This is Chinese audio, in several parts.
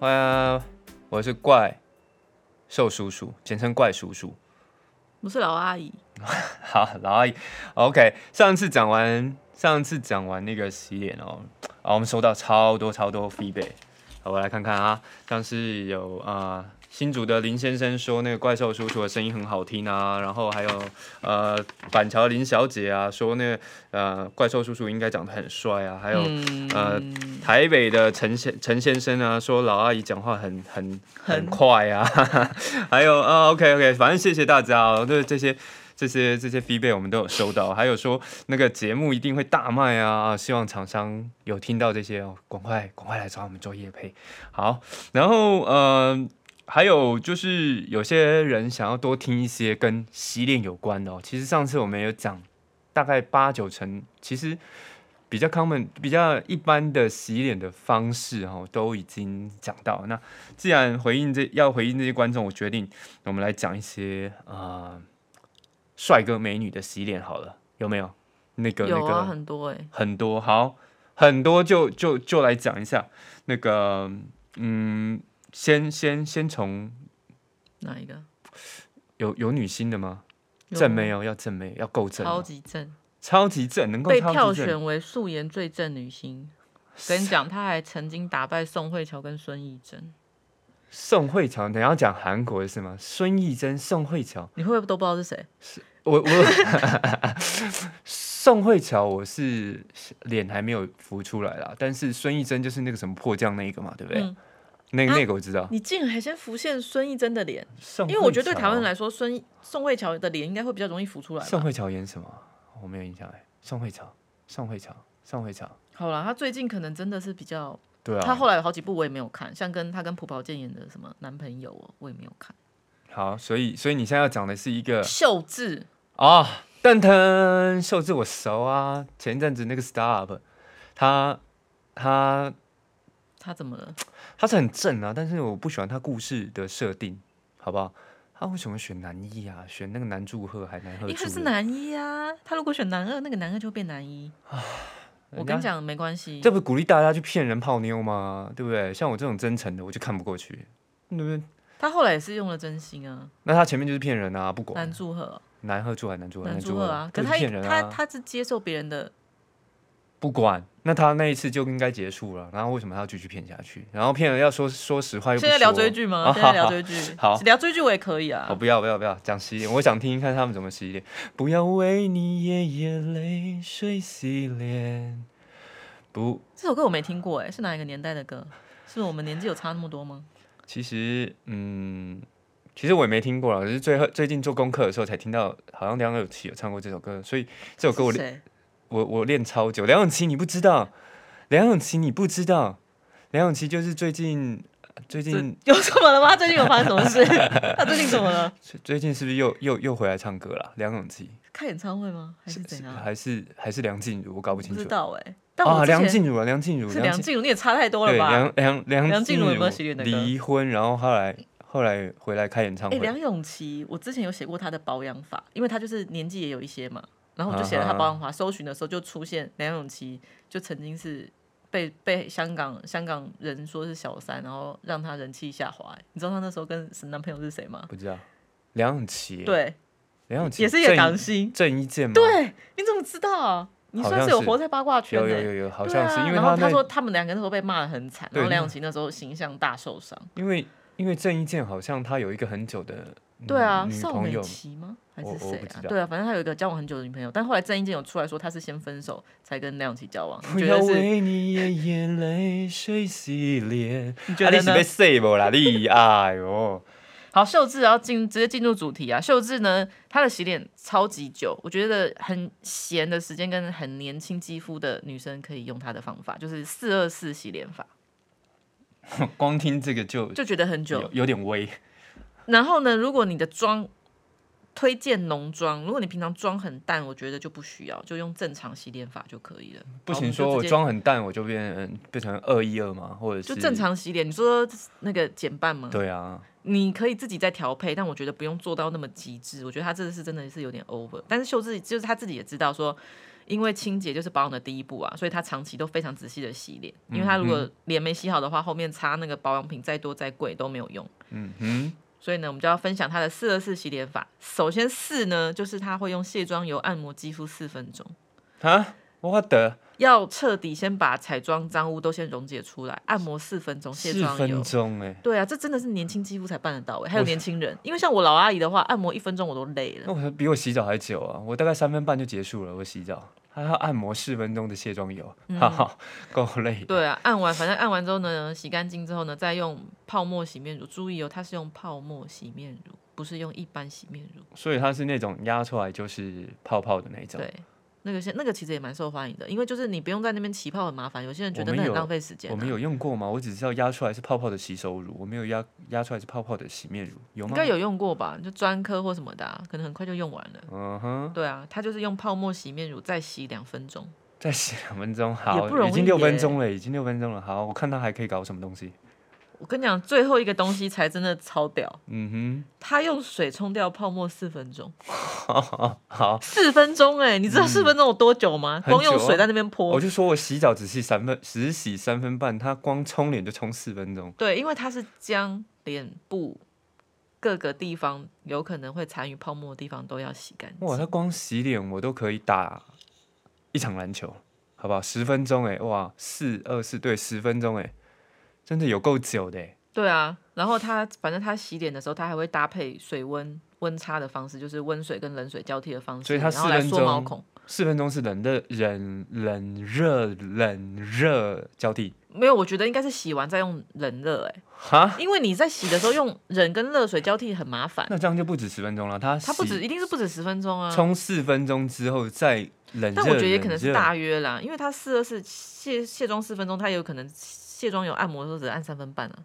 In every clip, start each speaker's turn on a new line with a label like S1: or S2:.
S1: 呃，我是怪兽叔叔，简称怪叔叔。
S2: 我是老阿姨，
S1: 好，老阿姨，OK。上次讲完，上次讲完那个洗脸哦，啊，我们收到超多超多 feedback。好，我来看看啊，像是有啊、呃新竹的林先生说那个怪兽叔叔的声音很好听啊，然后还有呃板桥林小姐啊说那个呃怪兽叔叔应该长得很帅啊，还有、
S2: 嗯，
S1: 呃台北的陈先陈先生啊，说老阿姨讲话很很很快啊， 还有啊、OK OK，反正谢谢大家哦，对这些这些这些 feedback 我们都有收到，还有说那个节目一定会大卖啊，啊希望厂商有听到这些哦，赶快赶快来找我们做业配。好，然后呃。还有就是，有些人想要多听一些跟洗脸有关的哦。其实上次我们有讲，大概八九成，其实比较 common、比较一般的洗脸的方式哈、哦，都已经讲到了。那既然回应这要回应这些观众，我决定我们来讲一些啊，呃帅、哥美女的洗脸好了，有没有？那个那
S2: 有
S1: 个、
S2: 啊，很多哎、
S1: 很多好，很多就就就来讲一下那个嗯，先先先从
S2: 哪一个？
S1: 有有女星的吗？
S2: 有
S1: 正妹哦，要正妹，要够正哦、
S2: 超级正，
S1: 超级正，能够
S2: 被
S1: 超
S2: 票
S1: 级正，
S2: 选为素颜最正女星。跟你讲，她还曾经打败宋慧乔跟孙艺珍，
S1: 宋慧乔，等一下讲韩国的是吗？孙艺珍、宋慧乔，
S2: 你会不会都不知道是谁？
S1: 我我 宋慧乔，我是脸还没有浮出来啦，但是孙艺珍就是那个什么迫降那一个嘛，对不对？
S2: 嗯
S1: 那
S2: 啊
S1: 那个我知道，
S2: 你竟然还先浮现孙艺珍的脸，
S1: 宋
S2: 因为我觉得对
S1: 慧
S2: 台湾人
S1: 乔
S2: 来说，孙宋慧乔的脸应该会比较容易浮出来
S1: 宋
S2: 吧。
S1: 慧乔演什么？我没有印象哎。宋慧乔，宋慧乔，宋慧乔，
S2: 好啦，她最近可能真的是比较，
S1: 对
S2: 她
S1: 啊。
S2: 后来有好几部我也没有看，像跟她跟朴宝剑演的什么男朋友哦，我也没有看。
S1: 好，所以所以你现在要讲的是一个
S2: 秀智，
S1: 哦，邓腾秀智我熟啊，前一阵子那个 Star Up，他他
S2: 她怎么了？
S1: 他是很正啊，但是我不喜欢他故事的设定，好不好？他为什么选男一啊？选那个男祝贺还男贺
S2: 因为
S1: 祝
S2: 他是
S1: 贺？
S2: 男一啊，他如果选男二，那个男二就会变男一。我
S1: 人
S2: 跟你
S1: 家
S2: 讲，没关系
S1: 这，不是鼓励大家去骗人泡妞吗？对不对？像我这种真诚的，我就看不过去，对不对？
S2: 他后来也是用了真心啊，
S1: 那他前面就是骗人啊，不管
S2: 男祝贺，
S1: 男贺祝还男祝贺，
S2: 男
S1: 祝
S2: 祝贺啊，可
S1: 就是
S2: 他
S1: 骗人啊，
S2: 他他是接受别人的，
S1: 不管，那他那一次就应该结束了。然后为什么他要继续骗下去？然后骗了要说说实话又不
S2: 现在聊
S1: 说
S2: 追 剧吗？
S1: 啊
S2: 现在聊
S1: 好
S2: 追剧，
S1: 好
S2: 聊追剧我也可以啊
S1: 哦，。不要不要不要讲洗脸，我想听听看他们怎么洗脸。不要为你夜夜泪水洗脸，不，
S2: 这首歌我没听过，哎，是哪一个年代的歌？是我们年纪有差那么多吗？
S1: 其实嗯，其实我也没听过了，只是最后最近做功课的时候才听到，好像梁咏琪有唱过这首歌，所以这首歌我
S2: 是
S1: 练
S2: 谁？
S1: 我我练超久。梁咏琪你不知道，梁咏琪你不知道，梁咏琪就是最近最近
S2: 这有什么了吗？最近有发生什么事？他最近怎么了？
S1: 最最近是不是又又又回来唱歌了？梁咏琪
S2: 开演唱会吗？还是怎样？
S1: 还是还是梁静茹？我搞不
S2: 不
S1: 清
S2: 知
S1: 楚。
S2: 道哎。但我
S1: 啊，
S2: 之前
S1: 梁静茹啊，梁静茹，
S2: 是梁静茹，你也差太多了
S1: 对
S2: 吧？
S1: 梁梁梁
S2: 梁
S1: 静
S2: 静茹有没有洗脸的歌
S1: 离婚，然后后来后来回来开演唱
S2: 哎、
S1: 会。
S2: 梁咏琪，我之前有写过她的保养法，因为她就是年纪也有一些嘛，然后
S1: 啊
S2: 我就写了她保养法，搜寻的时候就出现梁咏琪，就曾经是被被香港香港人说是小三，然后让她人气下滑、欸你知道她那时候跟男朋友是谁吗？
S1: 不知道梁咏琪，
S2: 对，
S1: 梁咏琪
S2: 也是演
S1: 郑
S2: 港星。
S1: 郑伊健吗？，
S2: 对，你怎么知道啊？你
S1: 好
S2: 算
S1: 像
S2: 是有
S1: 是
S2: 活在八卦圈
S1: 有
S2: 的、
S1: 有有有，好像是、
S2: 对啊、
S1: 因为
S2: 然后
S1: 那
S2: 他说他们两个那时候被骂的很惨，
S1: 对
S2: 然后
S1: 那
S2: 梁咏琪那时候形象大受伤。
S1: 因为因为郑伊健好像他有一个很久的女
S2: 对啊，
S1: 嗯女
S2: 邵
S1: 朋
S2: 美
S1: 友，
S2: 琪吗？还
S1: 我
S2: 是
S1: 我
S2: 谁
S1: 不知
S2: 啊？
S1: 道
S2: 对啊，反正他有一个交往很久的女朋友，但后来郑伊健有出来说他是先分手才跟梁咏琪 交往。
S1: 不
S2: 你觉
S1: 要
S2: 得是？
S1: 为你夜夜泪水洗脸。
S2: 你觉
S1: 啊，
S2: 得
S1: 你是
S2: 呢
S1: 被？洗无啦？你哎哟，
S2: 好，秀智要进直接进入主题啊。秀智呢，她的洗脸超级久，我觉得很闲的时间跟很年轻肌肤的女生可以用她的方法，就是四二四洗脸法，
S1: 光听这个就
S2: 就觉哦得很久
S1: 有。有点微。
S2: 然后呢，如果你的妆推荐浓妆，如果你平常妆很淡，我觉得就不需要，就用正常洗脸法就可以了。
S1: 不
S2: 好
S1: 行，
S2: 们就
S1: 说我
S2: 直接
S1: 妆很淡，我就变成变成二一二嘛，或者是
S2: 就正。常洗脸，你说那个减半吗？
S1: 对啊，
S2: 你可以自己再调配，但我觉得不用做到那么极致。我觉得他这是真的是有点 over。但是秀智就是他自己也知道说，因为清洁就是保养的第一步啊，所以他长期都非常仔细的洗脸，
S1: 嗯
S2: 因为他如果脸没洗好的话，后面擦那个保养品再多再贵都没有用。
S1: 嗯哼，
S2: 所以呢，我们就要分享他的四二四洗脸法。首先四呢，就是他会用卸妆油按摩肌肤四分钟，
S1: 啊，我的
S2: 要彻底先把彩妆脏污都先溶解出来，按摩四分钟，卸
S1: 四
S2: 妆油
S1: 分。钟哎、
S2: 对啊，这真的是年轻肌肤才办得到哎、还有年轻人，因为像我老阿姨的话，按摩一分钟我都累了。
S1: 那我比我洗澡还久啊！我大概三分半就结束了，我洗澡还要按摩四分钟的卸妆油，哈哈，够累。
S2: 嗯对啊，按完反正按完之后呢，洗干净之后呢，再用泡沫洗面乳。注意哦，它是用泡沫洗面乳，不是用一般洗面乳。
S1: 所以它是那种压出来就是泡泡的那一种。
S2: 对，那个现那个其实也蛮受欢迎的，因为就是你不用在那边起泡很麻烦，有些人觉
S1: 我
S2: 得
S1: 们
S2: 那很
S1: 有
S2: 浪费时间、啊。
S1: 我们有用过吗？我只知道压出来是泡泡的洗手乳，我没有压压出来是泡泡的洗面乳，有
S2: 应
S1: 吗
S2: 该？有用过吧？就专科或什么的啊、可能很快就用完了。
S1: 嗯哼，
S2: 对啊，它就是用泡沫洗面乳再洗两分钟。
S1: 再洗两分钟，好，
S2: 不容
S1: 已经
S2: 易
S1: 六分
S2: 耶
S1: 钟了，已经六分钟了。好，我看它还可以搞什么东西。
S2: 我跟你讲，最后一个东西才真的超屌，
S1: 嗯
S2: 它用水冲掉泡沫四分钟，
S1: 哼，好，
S2: 四分钟哎、你知道四分钟有多久吗？
S1: 嗯很久啊
S2: 光用水在那边泼
S1: 我。就说我洗澡只洗三分，只洗三分半，它光冲脸就冲四分钟。
S2: 对，因为它是将脸部各个地方有可能会残余泡沫的地方都要洗干净。
S1: 哇，他光洗脸我都可以打一场篮球，好不好？十分钟哎、哇，四二四对，十分钟哎、真的有够久的、欸。
S2: 对啊，然后它反正它洗脸的时候，它还会搭配水温温差的方式，就是温水跟冷水交替的方式，
S1: 所以它
S2: 然后来
S1: 4分
S2: 缩毛
S1: 钟
S2: 孔。
S1: 四分钟是冷热冷冷热冷热交替，
S2: 没有，我觉得应该是洗完再用冷热，哎，
S1: 哈，
S2: 因为你在洗的时候用冷跟热水交替很麻烦，
S1: 那这样就不止十分钟了。他
S2: 它不止一定是不止十分钟啊。
S1: 冲四分钟之后再冷热，
S2: 但我觉得也可能
S1: 冷
S2: 是
S1: 热
S2: 大约啦，因为它四二四卸卸妆四分钟，它也有可能卸妆油按摩的时候只按三分半啊。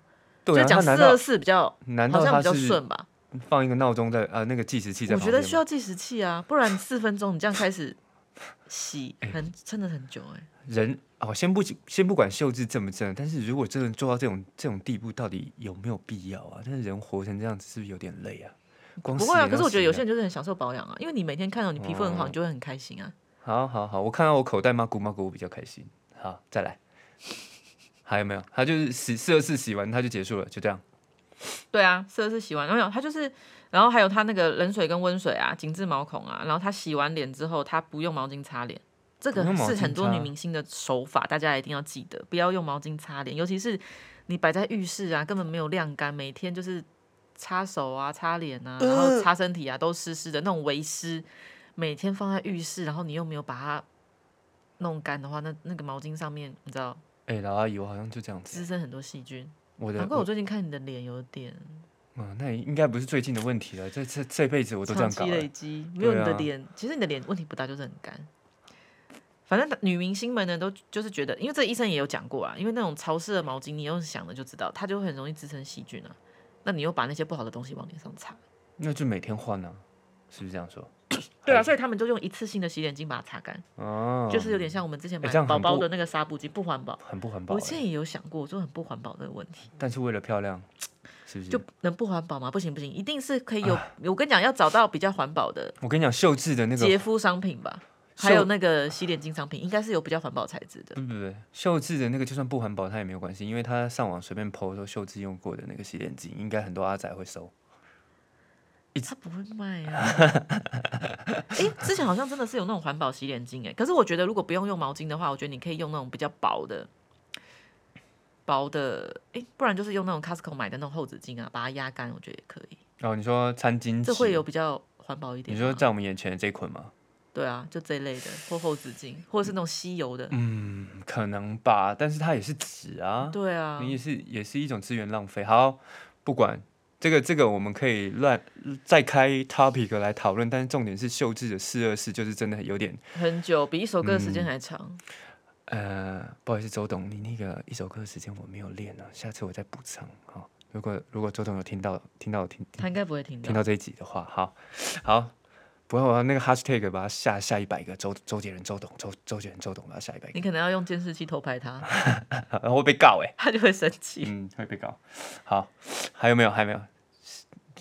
S1: 对
S2: 就
S1: 啊，他
S2: 讲四
S1: 难
S2: 二
S1: 道
S2: 四比较
S1: 难
S2: 好像
S1: 道
S2: 比较
S1: 他是
S2: 顺吧？
S1: 放一个闹钟在呃那个计时器在
S2: 我
S1: 旁
S2: 觉
S1: 边吗？
S2: 得需要计时器啊，不然四分钟你这样开始洗，很真的很久哎、
S1: 人哦，先不先不管秀智正不正，但是如果真的做到这种这种地步，到底有没有必要啊？但是人活成这样子，是不是有点累啊？光
S2: 不会啊，
S1: 洗脸
S2: 可是
S1: 要
S2: 我觉得
S1: 洗
S2: 有些
S1: 脸
S2: 人就是很享受保养啊，因为你每天看到你皮肤很
S1: 哦
S2: 好，你就会很开心啊。
S1: 好好好，我看到我口袋嘛鼓嘛鼓，我比较开心。好，再来， 还有没有？他就是洗四二次洗完他就结束了，就这样。
S2: 对啊，色是洗完，然后它就是，然后还有它那个冷水跟温水啊，紧致毛孔啊，然后它洗完脸之后，它不用毛巾擦脸，这个
S1: 不用毛巾
S2: 是很多
S1: 擦
S2: 女明星的手法，大家一定要记得，不要用毛巾擦脸，尤其是你摆在浴室啊，根本没有晾干，每天就是擦手啊、擦脸啊，然
S1: 呃
S2: 后擦身体啊，都湿湿的那种微湿，每天放在浴室，然后你又没有把它弄干的话，那那个毛巾上面你知道
S1: 哎、老阿姨，我好像就这样子。
S2: 滋生很多细菌，
S1: 我的
S2: 嗯难怪我最近看你的脸有点。
S1: 我啊、那应该不是最近的问题了，这这这辈子我都这
S2: 长
S1: 样搞
S2: 期
S1: 了
S2: 累。积，没有
S1: 对
S2: 你的
S1: 啊
S2: 脸，其实你的脸问题不大，就是很干。反正女明星们呢，都就是觉得，因为这医生也有讲过啊，因为那种潮湿的毛巾，你用想了就知道，它就很容易滋生细菌啊。那你又把那些不好的东西往脸上擦，
S1: 那就每天换啊，是不是这样说？
S2: 对
S1: 还
S2: 啊，所以他们就用一次性的洗脸巾把它擦干，
S1: 哦，
S2: 就是有点像我们之前
S1: 哎
S2: 买
S1: 这样很
S2: 宝宝
S1: 不
S2: 的那个纱布巾，不环保。
S1: 很不环保、
S2: 我
S1: 欸。
S2: 之前也有想过，就很不环保这个问题，
S1: 但是为了漂亮，是不是？
S2: 就能不环保吗？不行不行，一定是可以有。
S1: 啊
S2: 我跟你讲，要找到比较环保的
S1: 我跟你讲，秀智的那个
S2: 洁肤商品吧，还有那个洗脸巾商品，应该是有比较环保材质的。
S1: 不不不，秀智的那个就算不环保，它也没有关系，因为他上网随便 PO 说秀智用过的那个洗脸巾，应该很多阿仔会收。
S2: 他不会卖啊！哎、之前好像真的是有那种环保洗脸巾哎，可是我觉得如果不用用毛巾的话，我觉得你可以用那种比较薄的、薄的，哎、不然就是用那种 Costco 买的那种厚纸巾啊，把它压干，我觉得也可以，
S1: 哦，你说餐巾纸，
S2: 这会有比较环保一
S1: 哦
S2: 点啊
S1: 你
S2: 吗。
S1: 说在我们眼前的这一捆吗？
S2: 对啊，就这一类的，或厚纸巾，或者是那种吸油的，
S1: 嗯，可能吧，但是它也是纸啊，
S2: 对啊，
S1: 你也是也是一种资源浪费。好，不管这个这个，我们可以乱再开 topic 来讨论，但是重点是秀智的四二四就是真的有点
S2: 很久比一首歌的
S1: 嗯
S2: 时间还长。
S1: 呃，不好意思，周董，你那个一首歌的时间我没有练啊，下次我再补唱好，如果如果周董有听到听到听
S2: 他应该不会听
S1: 听
S2: 到。
S1: 到这一集的话，好好，不要我要那个 hashtag 把它下下一百个周周杰伦周董周周杰伦周董把它下一百
S2: 你可能要用监视器偷拍他，
S1: 个， 然后会被告哎、
S2: 他就会生气。
S1: 嗯，会被告。好，还有没有？还有没有？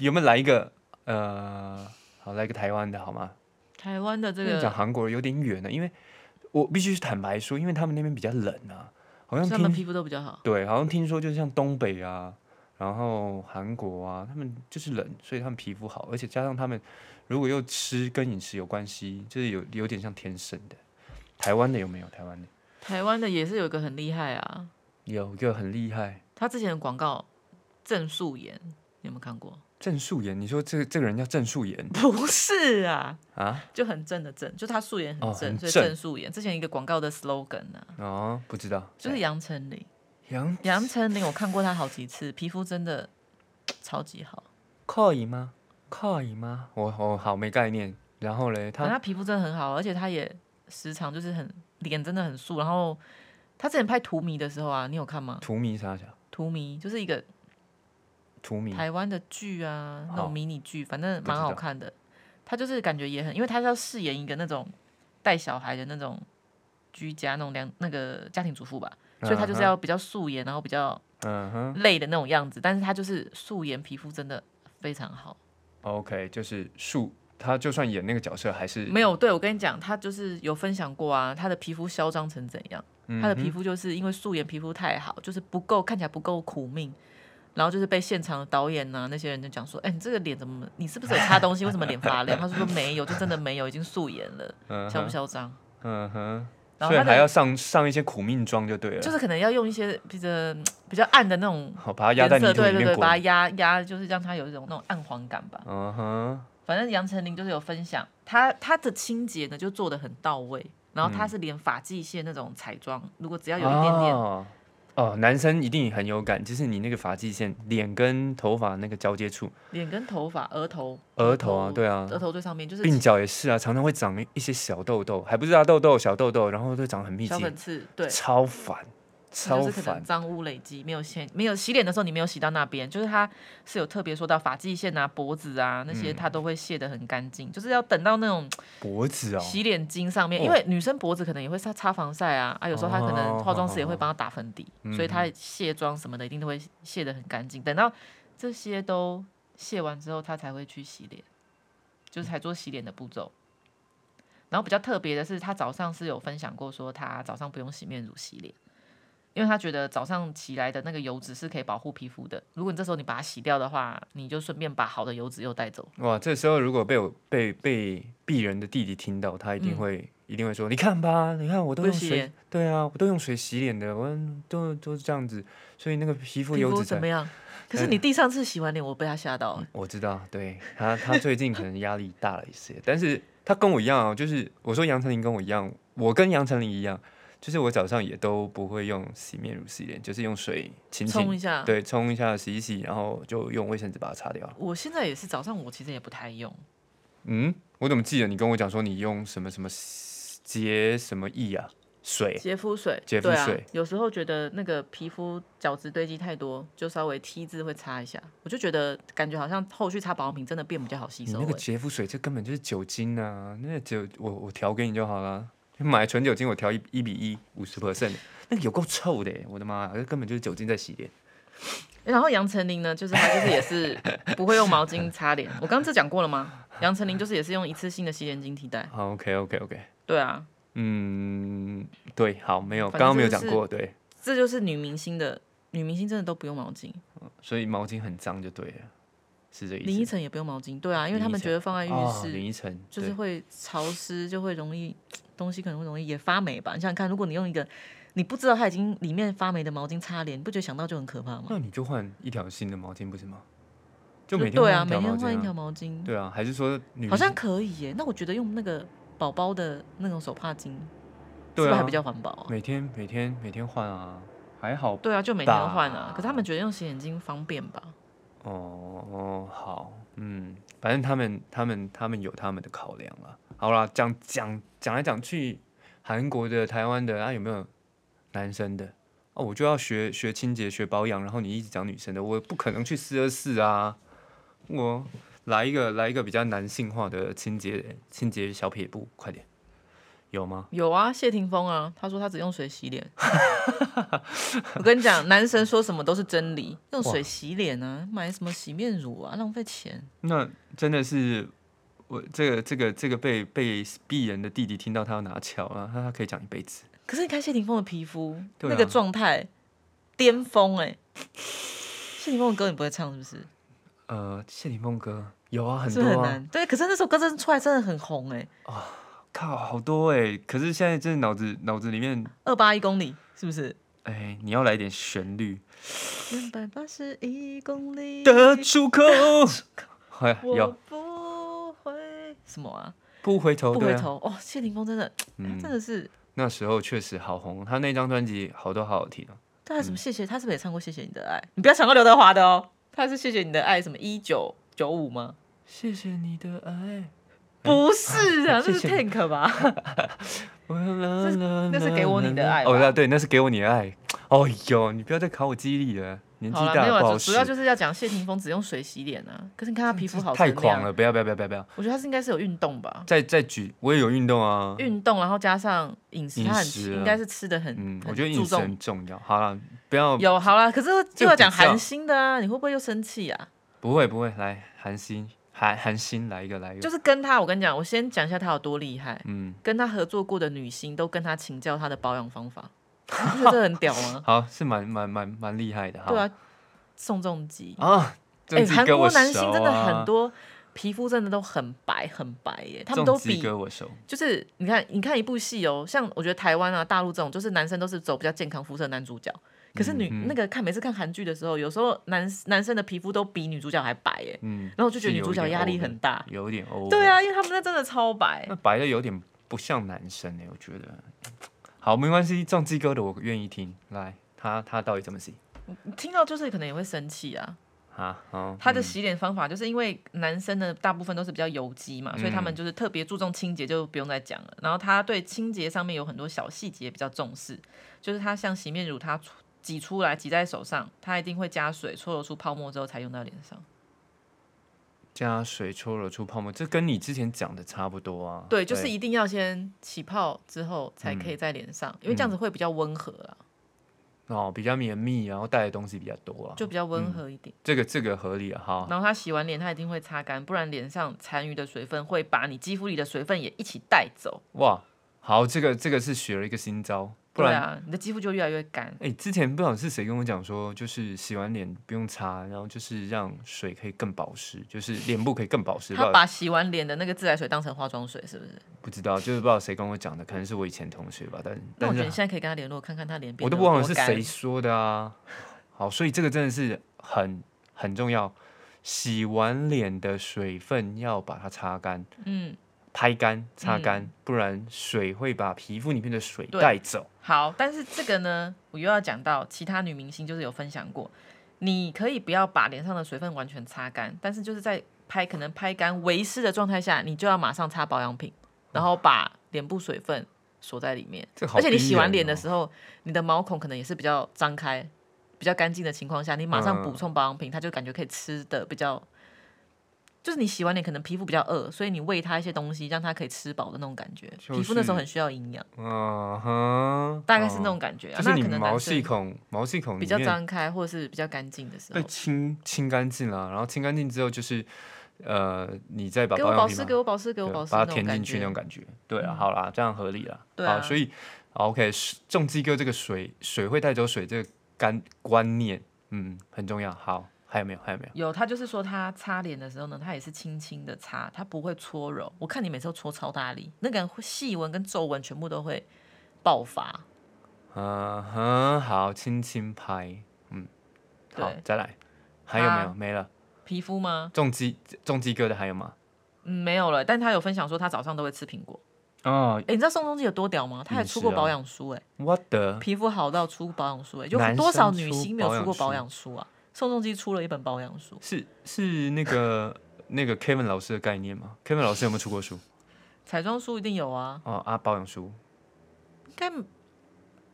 S1: 有没有来一个呃，好来一个台湾的好吗？
S2: 台湾的这
S1: 那你讲
S2: 个，
S1: 韩国有点远啊了，因为我必须坦白说，因为他们那边比较冷啊，好像
S2: 所以他们
S1: 听
S2: 皮肤都比较好。
S1: 对，好像听说就是像东北啊，然后韩国啊，他们就是冷，所以他们皮肤好，而且加上他们如果又吃跟饮食有关系，就是有有点像天生的。台湾的有没有？台湾的
S2: 台湾的也是有一个很厉害啊，
S1: 有一个很厉害，
S2: 他之前的广告郑素妍，你有没有看过？
S1: 郑素妍。你说这个这个人叫郑素妍
S2: 不是啊，
S1: 啊？
S2: 就很正的正，就他素颜
S1: 哦
S2: 很正，
S1: 很
S2: 所以
S1: 正
S2: 郑素颜。之前一个广告的 slogan 啊，
S1: 哦，不知道，
S2: 就是杨丞琳。
S1: 杨
S2: 杨丞琳，我看过她好几次，皮肤真的超级好，
S1: 可以吗？可以吗？我我好没概念。然后嘞，
S2: 她
S1: 他
S2: 她皮肤真的很好，而且她也时常就是很脸真的很素。然后她之前拍《荼蘼》的时候啊，你有看吗？
S1: 荼蘼啥啥？
S2: 《荼蘼》就是一个
S1: 荼蘼
S2: 台湾的剧啊，那
S1: 好
S2: 种迷你剧，反正
S1: 哦不
S2: 蛮
S1: 知
S2: 好
S1: 道
S2: 看的。她就是感觉也很，因为她要饰演一个那种带小孩的那种居家那种两那个家庭主妇吧，所以她就是要比较素颜，然后比较
S1: 嗯哼
S2: 累的那种样子。但是她就是素颜，皮肤真的非常好。
S1: ，OK，就是素，他就算演那个角色还是
S2: 没有，对我跟你讲，他就是有分享过啊，他的皮肤嚣张成怎样？
S1: 嗯
S2: 他的皮肤就是因为素颜皮肤太好，就是不够看起来不够苦命，然后就是被现场的导演呐、那些人就讲说，哎、你这个脸怎么，你是不是有擦东西？为什么脸发亮？他就说没有，就真的没有，已经素颜了，嚣不嚣张？
S1: 嗯哼，
S2: 然
S1: 所
S2: 后
S1: 以
S2: 他
S1: 还
S2: 的
S1: 要上上一些苦命妆就对了，
S2: 就是可能要用一些比较比较暗的那种
S1: 好把它压
S2: 颜
S1: 在泥
S2: 色，
S1: 土
S2: 对
S1: 里
S2: 对
S1: 面
S2: 对，把它
S1: 滚。
S2: 压压，就是让它有一种那种暗黄感吧。
S1: 嗯哼，
S2: 反正杨丞琳就是有分享，她她的清洁呢就做的很到位，然后她是连发际线那种彩妆，如果只要有一点点，
S1: 嗯哦哦，男生一定很有感，就是你那个发际线、脸跟头发那个交接处，
S2: 脸跟头发、额头、
S1: 额头啊，对啊，
S2: 额头最上面就是
S1: 鬓角也是啊，常常会长一些小痘痘，还不是大啊痘痘、小痘痘，然后就长得很密
S2: 小
S1: 集，
S2: 粉刺，对，
S1: 超烦，超
S2: 就是可能
S1: 烦。
S2: 脏污累积，没有洗没有洗脸的时候你没有洗到那边，就是她是有特别说到发际线啊、脖子啊那
S1: 嗯
S2: 些，她都会卸的很干净，就是要等到那种
S1: 脖子哦，
S2: 洗脸巾上面，
S1: 哦
S2: 因为女生脖子可能也会擦擦防晒啊，啊，有时候她可能化妆师也会帮她打粉底，
S1: 嗯
S2: 所以她卸妆什么的一定都会卸得很干净。等到这些都卸完之后，她才会去洗脸，就是才做洗脸的步骤。然后比较特别的是，她早上是有分享过说，她早上不用洗面乳洗脸，因为她觉得早上起来的那个油脂是可以保护皮肤的。如果你这时候你把它洗掉的话，你就顺便把好的油脂又带走。
S1: 哇，这时候如果被我被被鄙人的弟弟听到，他一定
S2: 嗯
S1: 会、一定会说：“你看吧，你看我都
S2: 不
S1: 用
S2: 洗
S1: 水
S2: 脸，，
S1: 对啊，我都用水洗脸的，我都都是这样子，所以那个皮肤
S2: 皮
S1: 油
S2: 肤
S1: 脂
S2: 怎
S1: 层
S2: 么，样？可是你弟上次洗完脸，我被他吓到了。
S1: 我知道，对他他最近可能压力大了一些，但是他跟我一样、哦，就是我说杨丞琳跟我一样，我跟杨丞琳一样，就是我早上也都不会用洗面乳洗脸，就是用水轻
S2: 冲
S1: 轻
S2: 一下。
S1: 对冲一下洗一洗，然后就用卫生纸把它擦掉。
S2: 我现在也是早上，我其实也不太用，
S1: 嗯，我怎么记得你跟我讲说你用什么什么洁什么液啊？水
S2: 洁肤水，
S1: 洁肤
S2: 对啊
S1: 水
S2: 有时候觉得那个皮肤角质堆积太多，就稍微 T 字会擦一下，我就觉得感觉好像后续擦保养品真的变比较好吸
S1: 你
S2: 收、
S1: 那个
S2: 欸。
S1: 洁肤水，这根本就是酒精啊！那个酒我我调给你就好啦。你买纯酒精我调一一比一，五十 percent，那个有够臭的欸，我的妈呀！这根本就是酒精在洗脸。
S2: 然后杨丞琳呢，就是她就是 也是不会用毛巾擦脸，我刚刚这讲过了吗？杨丞琳就是也是用一次性的洗脸巾替代。
S1: 好，OK OK OK，
S2: 对啊，
S1: 嗯，对，好，没有，
S2: 反
S1: 刚
S2: 正
S1: 刚没有
S2: 就
S1: 讲
S2: 是
S1: 过，对，
S2: 这就是女明星的，女明星真的都不用毛巾，
S1: 所以毛巾很脏就对了，是这
S2: 林
S1: 意
S2: 依
S1: 思。
S2: 晨也不用毛巾。对啊，因为他们觉得放在浴
S1: 哦，
S2: 室
S1: 林依晨，
S2: 就是
S1: 对
S2: 会潮湿，就会容易东西可能会容易也发霉吧。你想想看，如果你用一个你不知道它已经里面发霉的毛巾擦脸，你不觉得想到就很可怕吗？
S1: 那你就换一条新的毛巾不是吗？嗯就每天
S2: 对啊，
S1: 换一
S2: 每
S1: 条毛
S2: 天换一
S1: 巾
S2: 条
S1: 啊。
S2: 毛巾，
S1: 对啊，还是说女
S2: 好像可以耶。那我觉得用那个宝宝的那种手帕巾，是不
S1: 对
S2: 是
S1: 啊，
S2: 还比较环保、啊？
S1: 每天每天每天换啊，还好吧
S2: 对啊，就每天都换啊
S1: 吧。
S2: 可是他们觉得用洗脸巾方便吧？
S1: 哦哦好，嗯，反正他们他们他们有他们的考量啦。好啦，讲讲讲来讲去，韩国的、台湾的，啊有没有男生的？哦，我就要学学清洁、学保养，然后你一直讲女生的，啊我不可能去四二四啊。我来一个来一个比较男性化的清洁清洁小撇步，快点，有吗？
S2: 有啊，谢霆锋啊，他说他只用水 洗脸。我跟你讲，男神说什么都是真理，用水洗脸啊，买什么洗面乳啊，浪费钱。
S1: 那真的是我这个这个这个被被鄙人的弟弟听到，他要拿翘啊，他他可以讲一辈子。
S2: 可是你看谢霆锋的皮肤、
S1: 对啊
S2: 那个状态，巅峰哎、谢霆锋的歌你不会唱是不是？
S1: 呃，谢霆锋歌有啊，很
S2: 是
S1: 多
S2: 不是很
S1: 啊，
S2: 难？对，可是那首歌真的出来真的很红哎、
S1: 靠，好多哎、可是现在真的脑子脑子里面，
S2: 二八一公里是不是？
S1: 哎、你要来一点旋律
S2: 两百八十一公里
S1: 的出 口，哎，
S2: 我
S1: 有
S2: 不会什么啊？
S1: 不回头，
S2: 不
S1: 对
S2: 回
S1: 啊嗯
S2: 头哦，谢霆锋真的，他真的是，
S1: 那时候确实好红，他那张专辑好多好好听啊。
S2: 他还有什么谢谢，他是不是也唱过谢谢你的爱？你不要抢过刘德华的哦，他是谢谢你的爱什么一九九五吗？
S1: 谢谢你的爱，
S2: 不是啊，那是
S1: 哎谢
S2: Tank 吧？
S1: 那
S2: 那是给我你的爱吧
S1: 哦，那对，那是给我你的爱。哦呦，你不要再考我记忆力了，年纪
S2: 好了，
S1: 大
S2: 没有
S1: 不
S2: 啊，
S1: 好
S2: 主
S1: 使
S2: 主。要就是要讲谢霆锋只用水洗脸啊。可是你看他皮肤好
S1: 太
S2: 成那
S1: 狂
S2: 样，
S1: 了，不要不要不要不要不要！
S2: 我觉得他是应该是有运动吧，
S1: 再再举，我也有运动啊。
S2: 运动，然后加上饮食，
S1: 饮
S2: 他很
S1: 食啊
S2: 应该是吃的很，
S1: 嗯，
S2: 很
S1: 我觉得饮
S2: 注
S1: 食
S2: 重
S1: 很重要。好了，不要
S2: 有好啦，可是
S1: 这
S2: 就
S1: 个
S2: 要讲
S1: 比较
S2: 寒心的啊，你会不会又生气啊？
S1: 不会不会，来韩星，韩韩星来一个来一个，
S2: 就是跟他，我跟你讲，我先讲一下他有多厉害。
S1: 嗯，
S2: 跟他合作过的女星都跟他请教他的保养方法，你不觉得这很屌 吗？
S1: 好，是蛮蛮蛮蛮厉害的哈。
S2: 对啊，宋仲基，
S1: 啊，
S2: 哎、
S1: 政治
S2: 韩
S1: 歌我
S2: 国
S1: 熟啊，
S2: 男星真的很多皮肤真的都很白很白耶，他们都
S1: 政治
S2: 比
S1: 歌我熟，
S2: 就是你看，你看一部戏哦，像我觉得台湾啊、大陆这种，就是男生都是走比较健康肤色的男主角，可是女、
S1: 嗯嗯
S2: 那个看每次看韩剧的时候，有时候男男生的皮肤都比女主角还白耶，
S1: 嗯，
S2: 然后我就觉
S1: 是
S2: 得女
S1: 有
S2: 主
S1: 一
S2: 角
S1: 点
S2: 压力
S1: over
S2: 很大。
S1: 有点欧。
S2: 对，啊，因为他们那真的超白
S1: 那，白的有点不像男生哎、我觉得。好，没关系，政治歌的我愿意听。来，他他到底怎么洗
S2: 听到就是可能也会生气啊。
S1: 啊？哦，
S2: 他的
S1: 嗯
S2: 洗脸方法，就是因为男生的大部分都是比较油肌嘛，所以他
S1: 嗯
S2: 们就是特别注重清洁，就不用再讲了。然后他对清洁上面有很多小细节比较重视，就是他像洗面乳，他挤出来挤在手上，他一定会加水搓揉出泡沫之后才用到脸上。
S1: 加水搓揉出泡沫，这跟你之前讲的差不多啊。
S2: 对，就是一定要先起泡之后才可以
S1: 嗯
S2: 在脸上，因为这样子会比较温和啦，
S1: 哦，比较绵密，然后带的东西比较多啊。
S2: 就比较温和一点。
S1: 这个这个合理啊，好，
S2: 然后他洗完脸，他一定会擦干，不然脸上残余的水分会把你肌肤里的水分也一起带走。
S1: 哇，好，这个这个是学了一个新招，不
S2: 对
S1: 然
S2: 啊，你的肌肤就越来越干。
S1: 哎、之前不知道是谁跟我讲说，就是洗完脸不用擦，然后就是让水可以更保湿，就是脸部可以更保湿。不知
S2: 他
S1: 道
S2: 把洗完脸的那个自来水当成化妆水，是不是？
S1: 不知道，就是不知道谁跟我讲的，可能是我以前同学吧，但
S2: 那
S1: 但
S2: 我觉得
S1: 是
S2: 你现在可以跟他联络，看看他脸变
S1: 我
S2: 得
S1: 都不
S2: 有
S1: 忘了
S2: 多
S1: 是
S2: 干
S1: 谁。说的啊。好，所以这个真的是很很重要，洗完脸的水分要把它擦干、
S2: 嗯，
S1: 拍干、擦干，不然水会把皮肤里面的水
S2: 对
S1: 带走。
S2: 好，但是这个呢，我又要讲到其他女明星，就是有分享过，你可以不要把脸上的水分完全擦干，但是就是在拍可能拍干微湿的状态下，你就要马上擦保养品，然后把脸部水分锁在里面。
S1: 这好
S2: 而且你
S1: 逼
S2: 洗完
S1: 人
S2: 脸
S1: 哦
S2: 的时候，你的毛孔可能也是比较张开、比较干净的情况下，你马上补
S1: 嗯
S2: 充保养品，它就感觉可以吃的比较，就是你洗完脸可能皮肤比较饿，所以你喂它一些东西，让它可以吃饱的那种感觉。
S1: 就
S2: 皮肤那时候
S1: 是
S2: 很需要营养，
S1: 嗯哼，
S2: 大概是
S1: 嗯
S2: 那种感觉啊。
S1: 就是
S2: 那
S1: 你
S2: 可能
S1: 毛
S2: 男
S1: 细
S2: 生
S1: 孔毛细孔
S2: 比
S1: 里
S2: 较哦
S1: 面
S2: 张开，或者是比较干净的时候
S1: 被，清清干净了，然后清干净之后就是，呃，你再把
S2: 给
S1: 保
S2: 我
S1: 养
S2: 保
S1: 品
S2: 湿，
S1: 嘛
S2: 给我保湿，给我
S1: 对
S2: 保湿
S1: 把
S2: 那
S1: 它
S2: 种
S1: 填
S2: 感
S1: 进去那
S2: 觉嗯
S1: 种。感觉。对啊，好啦，这样合理啦。
S2: 对
S1: 好
S2: 啊
S1: 所以好 OK，是种鸡哥这个水水会带走水这个干观念，嗯，很重要。好，还有没有？还有没有？
S2: 有，他就是说他擦脸的时候呢，他也是轻轻的擦，他不会搓揉。我看你每次都搓超大力，那个会细纹跟皱纹全部都会爆发。
S1: 嗯哼，好，轻轻拍，嗯，好
S2: 对，
S1: 再来，还有没有？
S2: 啊
S1: 没了。
S2: 皮肤吗？
S1: 重鸡重鸡哥的还有吗？
S2: 嗯，没有了。但他有分享说他早上都会吃苹果。
S1: 哦
S2: 哎、你知道宋仲基有多屌吗？他还出过
S1: 饮食啊
S2: 保养书、哎、
S1: ，What the？
S2: 皮肤好到出保养书、哎，有
S1: 男
S2: 多少
S1: 生
S2: 女
S1: 出
S2: 星没有
S1: 保
S2: 出
S1: 养
S2: 过保
S1: 书
S2: 养书啊？宋仲基出了一本保养书，
S1: 是是那个那个 Kevin 老师的概念吗？Kevin 老师有没有出过书？
S2: 彩妆书一定有啊，
S1: 哦啊，保养书。
S2: 应该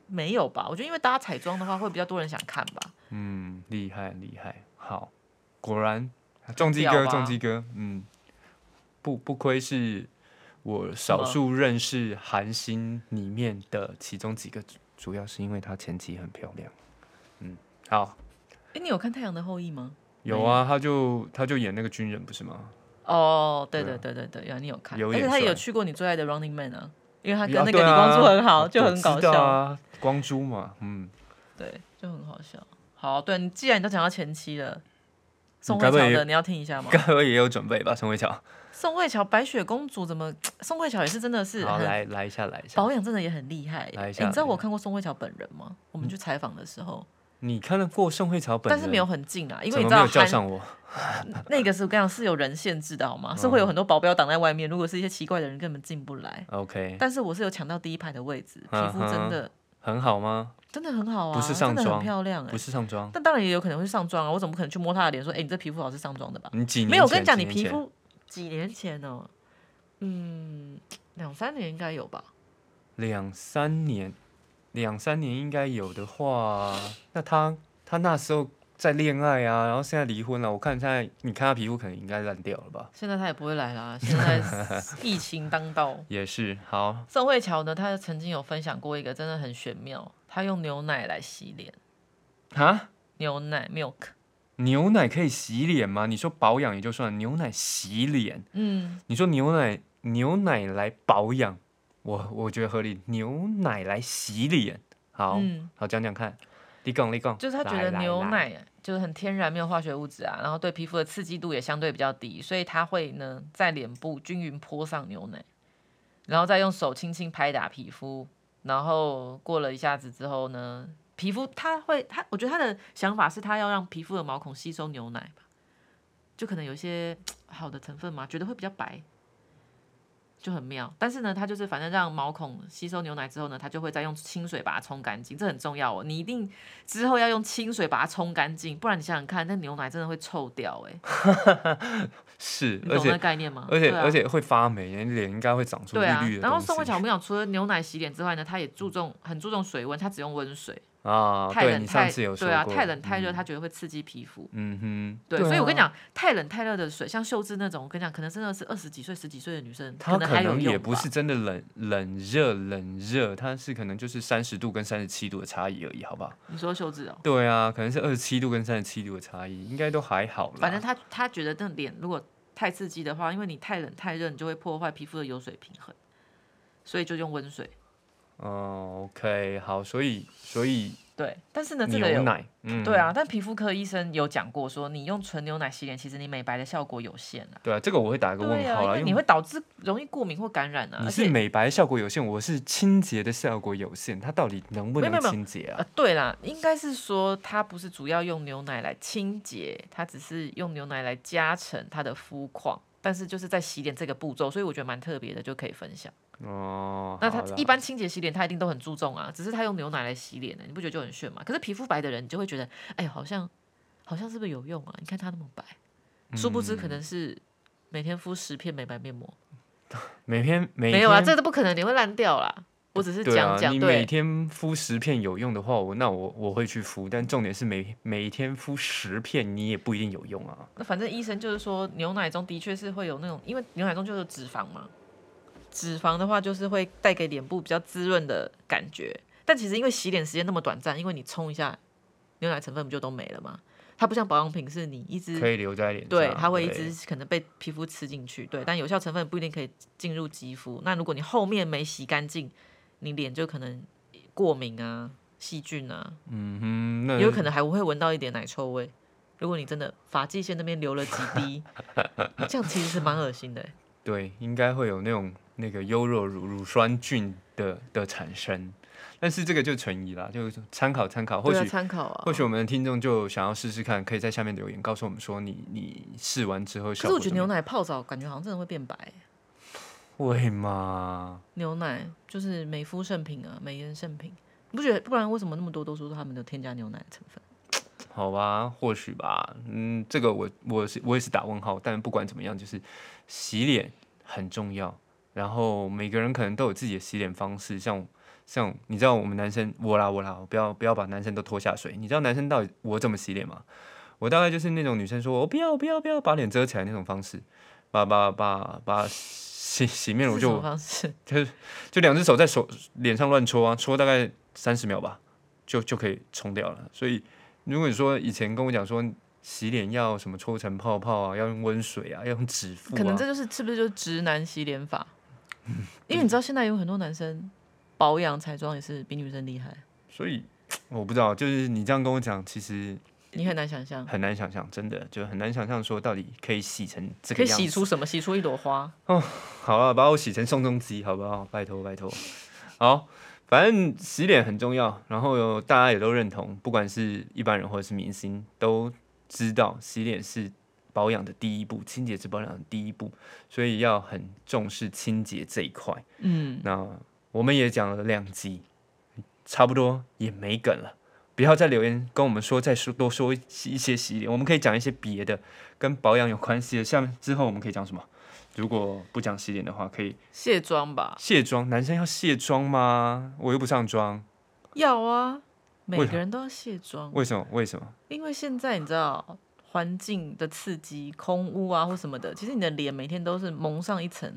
S2: 没有吧？我觉得因为大家彩妆的话，会比较多人想看吧。
S1: 嗯，厉害厉害，好，果然重击
S2: 屌
S1: 哥，
S2: 吧
S1: 重击哥，嗯，不不愧是我少
S2: 么
S1: 数认识韩星里面的其中几个，主主要是因为她前期很漂亮。嗯，好，
S2: 哎、你有看《太阳的后裔》吗？
S1: 有啊，她就她就演那个军人不是吗？
S2: 哦，对对对对对，原来你有看，
S1: 有
S2: 而且
S1: 点
S2: 他也有
S1: 帅
S2: 去过你最爱的 Running Man 啊，因为他跟
S1: 啊
S2: 那个
S1: 对
S2: 李光洙
S1: 啊
S2: 很好，
S1: 我
S2: 就很搞
S1: 知道
S2: 笑。
S1: 啊，光洙嘛，嗯，
S2: 对，就很好笑。好，对你既然你都讲到前妻了，宋
S1: 该
S2: 慧
S1: 不
S2: 乔
S1: 会
S2: 的你要听一下吗
S1: 该？ 不会也有准备吧？宋慧乔，
S2: 宋慧乔白雪公主怎么？宋慧乔也是真的是
S1: 好
S2: 很
S1: 来来一下，来一下
S2: 保。养真的也很厉害耶、
S1: 来一
S2: 诶
S1: 下
S2: 你知道我看过宋慧乔本人吗？我们去采访的时候，
S1: 你看得过宋慧乔本
S2: 但
S1: 人？
S2: 是没有，很近啊，因
S1: 怎
S2: 为你
S1: 么
S2: 知
S1: 没
S2: 道
S1: 有叫
S2: 韩
S1: 上我？
S2: 那个是我跟你讲是有人限制的好吗？是
S1: 嗯
S2: 会有很多保镖挡在外面，如果是一些奇怪的人根本进不来。
S1: OK，
S2: 但是我是有抢到第一排的位置，皮肤
S1: 嗯
S2: 真
S1: 哼
S2: 的
S1: 很好吗？
S2: 真的很好啊，
S1: 不是上
S2: 真的
S1: 妆
S2: 很漂亮哎、
S1: 不是上妆，
S2: 但当然也有可能会上妆啊，我怎么可能去摸她的脸说，哎、你这皮肤好像是上妆的吧？
S1: 你几年
S2: 没有，我
S1: 前
S2: 跟你讲，
S1: 几
S2: 你
S1: 年
S2: 皮
S1: 前
S2: 肤几年前哦，嗯，两三年应该有吧。
S1: 两三年，两三年应该有的话，那他他那时候在恋爱啊，然后现在离婚了，我看现在你看他皮肤可能应该烂掉了吧？
S2: 现在她也不会来啦，现在 疫情当道。
S1: 也是，好，
S2: 宋慧乔呢，她曾经有分享过一个真的很玄妙，她用牛奶来洗脸，
S1: 哈，
S2: 牛奶 milk，
S1: 牛奶可以洗脸吗？你说保养也就算了，牛奶洗脸，
S2: 嗯，
S1: 你说牛奶牛奶来保养，我我觉得合理，牛奶来洗脸，好、
S2: 嗯
S1: 好讲讲看，你讲你讲，
S2: 就是她觉
S1: 来
S2: 得
S1: 来
S2: 牛
S1: 来
S2: 奶就是很天然，没有化学物质啊，然后对皮肤的刺激度也相对比较低，所以她会呢在脸部均匀泼上牛奶，然后再用手轻轻拍打皮肤，然后过了一下子之后呢，皮肤她会她，我觉得她的想法是她要让皮肤的毛孔吸收牛奶吧，就可能有一些好的成分嘛，觉得会比较白。就很妙，但是呢，它就是反正让毛孔吸收牛奶之后呢，它就会再用清水把它冲干净，这很重要哦。你一定之后要用清水把它冲干净，不然你想想看，那牛奶真的会臭掉 哎、
S1: 是，
S2: 你
S1: 而
S2: 懂那
S1: 且
S2: 概念吗？
S1: 而且、
S2: 对啊
S1: 而且会发霉，脸应该会长出绿
S2: 对啊
S1: 绿的东西。，
S2: 然后宋慧乔我们讲，除了牛奶洗脸之外呢，她也注重很注重水温，她只用温水，
S1: 啊，
S2: 太
S1: 对
S2: 冷
S1: 你
S2: 太
S1: 上次有说
S2: 对啊，
S1: 过
S2: 太冷太
S1: 嗯
S2: 热，她觉得会刺激皮肤。
S1: 嗯哼，
S2: 对，所以我跟你
S1: 啊，
S2: 讲，太冷太热的水，像秀智那种，我跟你讲，可能真的是二十几岁、十几岁的女生，
S1: 它
S2: 能
S1: 可
S2: 还有
S1: 能
S2: 用
S1: 也不
S2: 吧
S1: 是真的冷冷热冷热，它是可能就是三十度跟三十七度的差异而已，好不好？
S2: 你说秀智哦，
S1: 对啊，可能是二十七度跟三十七度的差异，应该都还好啦。
S2: 反正她她觉得那脸如果太刺激的话，因为你太冷太热，你就会破坏皮肤的油水平衡，所以就用温水。
S1: 嗯，OK，好，所以所以
S2: 对，但是呢，这个
S1: 牛
S2: 有
S1: 奶，嗯，
S2: 对啊，但皮肤科医生有讲过说，你用纯牛奶洗脸，其实你美白的效果有限啊。
S1: 对啊，这个我会打一个
S2: 对
S1: 问
S2: 啊，
S1: 号
S2: 因
S1: 啦，
S2: 为
S1: 因
S2: 你
S1: 为
S2: 会导致容易过敏或感染啊。
S1: 你
S2: 而
S1: 是
S2: 且
S1: 美白效果有限，我是清洁的效果有限，它到底能不
S2: 没有
S1: 能
S2: 没有
S1: 清洁啊
S2: 呃？，对啦，应该是说它不是主要用牛奶来清洁，它只是用牛奶来加成它的肤况，但是就是在洗脸这个步骤，所以我觉得蛮特别的，就可以分享。
S1: 哦，
S2: 呃那它
S1: 好啦
S2: 一般清洁洗脸，它一定都很注重啊，只是它用牛奶来洗脸啊呢、你不觉得就很炫吗？可是皮肤白的人，你就会觉得，哎，好像好像是不是有用啊？你看它那么白，
S1: 嗯
S2: 殊不知可能是每天敷十片美白面膜，
S1: 每天每
S2: 没有啊，
S1: 天
S2: 这都不可能，你会烂掉啦。我只是
S1: 对
S2: 讲
S1: 啊，
S2: 讲，
S1: 你每
S2: 对
S1: 天敷十片有用的话，我那我我会去敷，但重点是每每天敷十片，你也不一定有用啊。
S2: 那反正医生就是说，牛奶中的确是会有那种，因为牛奶中就是有脂肪嘛，脂肪的话就是会带给脸部比较滋润的感觉。但其实因为洗脸时间那么短暂，因为你冲一下，牛奶成分不就都没了吗？它不像保养品，是你一直
S1: 可以啊留在脸上，
S2: 对，它会一
S1: 对
S2: 直可能被皮肤吃进去，对，但有效成分不一定可以进入肌肤。那如果你后面没洗干净，你脸就可能过敏啊、细菌啊，
S1: 嗯哼，那
S2: 也有可能还会闻到一点奶臭味。如果你真的发际线那边流了几 滴，这样其实是蛮恶心的欸。
S1: 对，应该会有那种那个优酪乳乳酸菌的的产生，但是这个就存疑啦，就参考参考，或
S2: 对啊，
S1: 许。
S2: 参考啊。
S1: 或许我们的听众就想要试试看，可以在下面留言告诉我们说你你试完之后
S2: 可
S1: 效
S2: 是
S1: 果
S2: 我觉得
S1: 怎么样。
S2: 牛奶泡澡感觉好像真的会变白欸。
S1: 会吗？
S2: 牛奶就是美肤圣品啊，美颜圣品。你不觉得？不然为什么那么多都说他们的添加牛奶的成分？
S1: 好吧，或许吧，嗯，这个我我是我也是打问号，但不管怎么样，就是洗脸很重要。然后每个人可能都有自己的洗脸方式，像像你知道我们男生我啦我啦，不要不要把男生都拖下水。你知道男生到底我怎么洗脸吗？我大概就是那种女生说我不要我不要不要把脸遮起来那种方式，把把把把洗洗面乳
S2: 是什么
S1: 就
S2: 方式？
S1: 就两只手在手脸上乱搓啊，搓大概三十秒吧，就就可以冲掉了。所以如果你说以前跟我讲说洗脸要什么搓成泡泡啊，要用温水啊，要用指腹、啊，
S2: 可能这就是是不是就是直男洗 脸法？因为你知道现在有很多男生保养彩妆也是比女生厉害，
S1: 所以我不知道，就是你这样跟我讲，其实
S2: 你很难想象
S1: 很难想象，真的就很难想象说到底可以洗成这
S2: 可
S1: 个
S2: 以
S1: 样子。
S2: 洗出什么，洗出一朵花。
S1: 好了，把我洗成宋仲基好不好？拜托拜托。好，反正洗脸很重要，然后有大家也都认同，不管是一般人或者是明星，都知道洗脸是保养的第一步，清洁是保养的第一步，所以要很重视清洁这一块。
S2: 嗯，
S1: 那我们也讲了两集，差不多也没梗了。不要再留言跟我们说，再说多说一一些洗脸，我们可以讲一些别的跟保养有关系的。下面之后我们可以讲什么？如果不讲洗脸的话，可以
S2: 卸妆吧，
S1: 卸妆。男生要卸妆吗？我又不上妆，
S2: 要啊，每
S1: 为
S2: 个人都要卸妆，
S1: 为什么？为什么？
S2: 因为现在你知道环境的刺激，空污啊或什么的，其实你的脸每天都是蒙上一层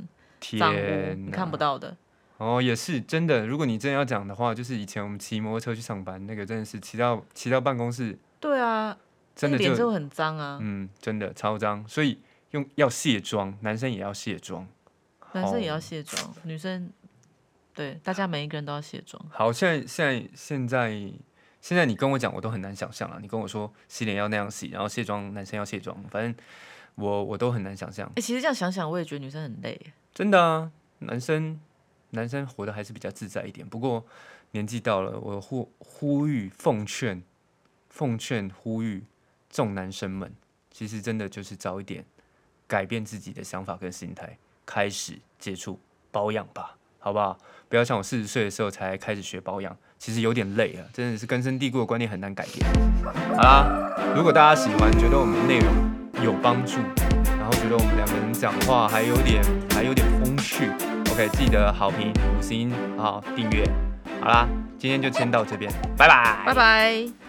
S2: 脏污，
S1: 天
S2: 你
S1: 哪
S2: 看不到的。
S1: 哦，也是真的。如果你真的要讲的话，就是以前我们骑摩托车去上班，那个真的是骑到骑到办公室，
S2: 对啊，
S1: 真
S2: 那
S1: 的
S2: 个脸
S1: 就
S2: 就很脏啊，
S1: 嗯，真的超脏。所以用要卸妆，男生也要卸妆。
S2: 男生
S1: 好
S2: 也要卸妆，女生对大家每一个人都要卸妆。
S1: 好，现在现在现在现在你跟我讲，我都很难想象了。你跟我说洗脸要那样洗，然后卸妆男生要卸妆，反正我我都很难想象
S2: 哎、。其实这样想想，我也觉得女生很累。
S1: 真的啊，男生男生活得还是比较自在一点。不过年纪到了，我呼呼吁奉劝奉劝呼吁众男生们，其实真的就是早一点改变自己的想法跟心态，开始接触保养吧，好不好？不要像我四十岁的时候才开始学保养，其实有点累啊，真的是根深蒂固的观念很难改变。好啦，如果大家喜欢，觉得我们的内容有帮助，然后觉得我们两个人讲话还有点还有点风趣，OK，记得好评啊五星好订阅。好啦，今天就先到这边，拜拜，
S2: 拜拜。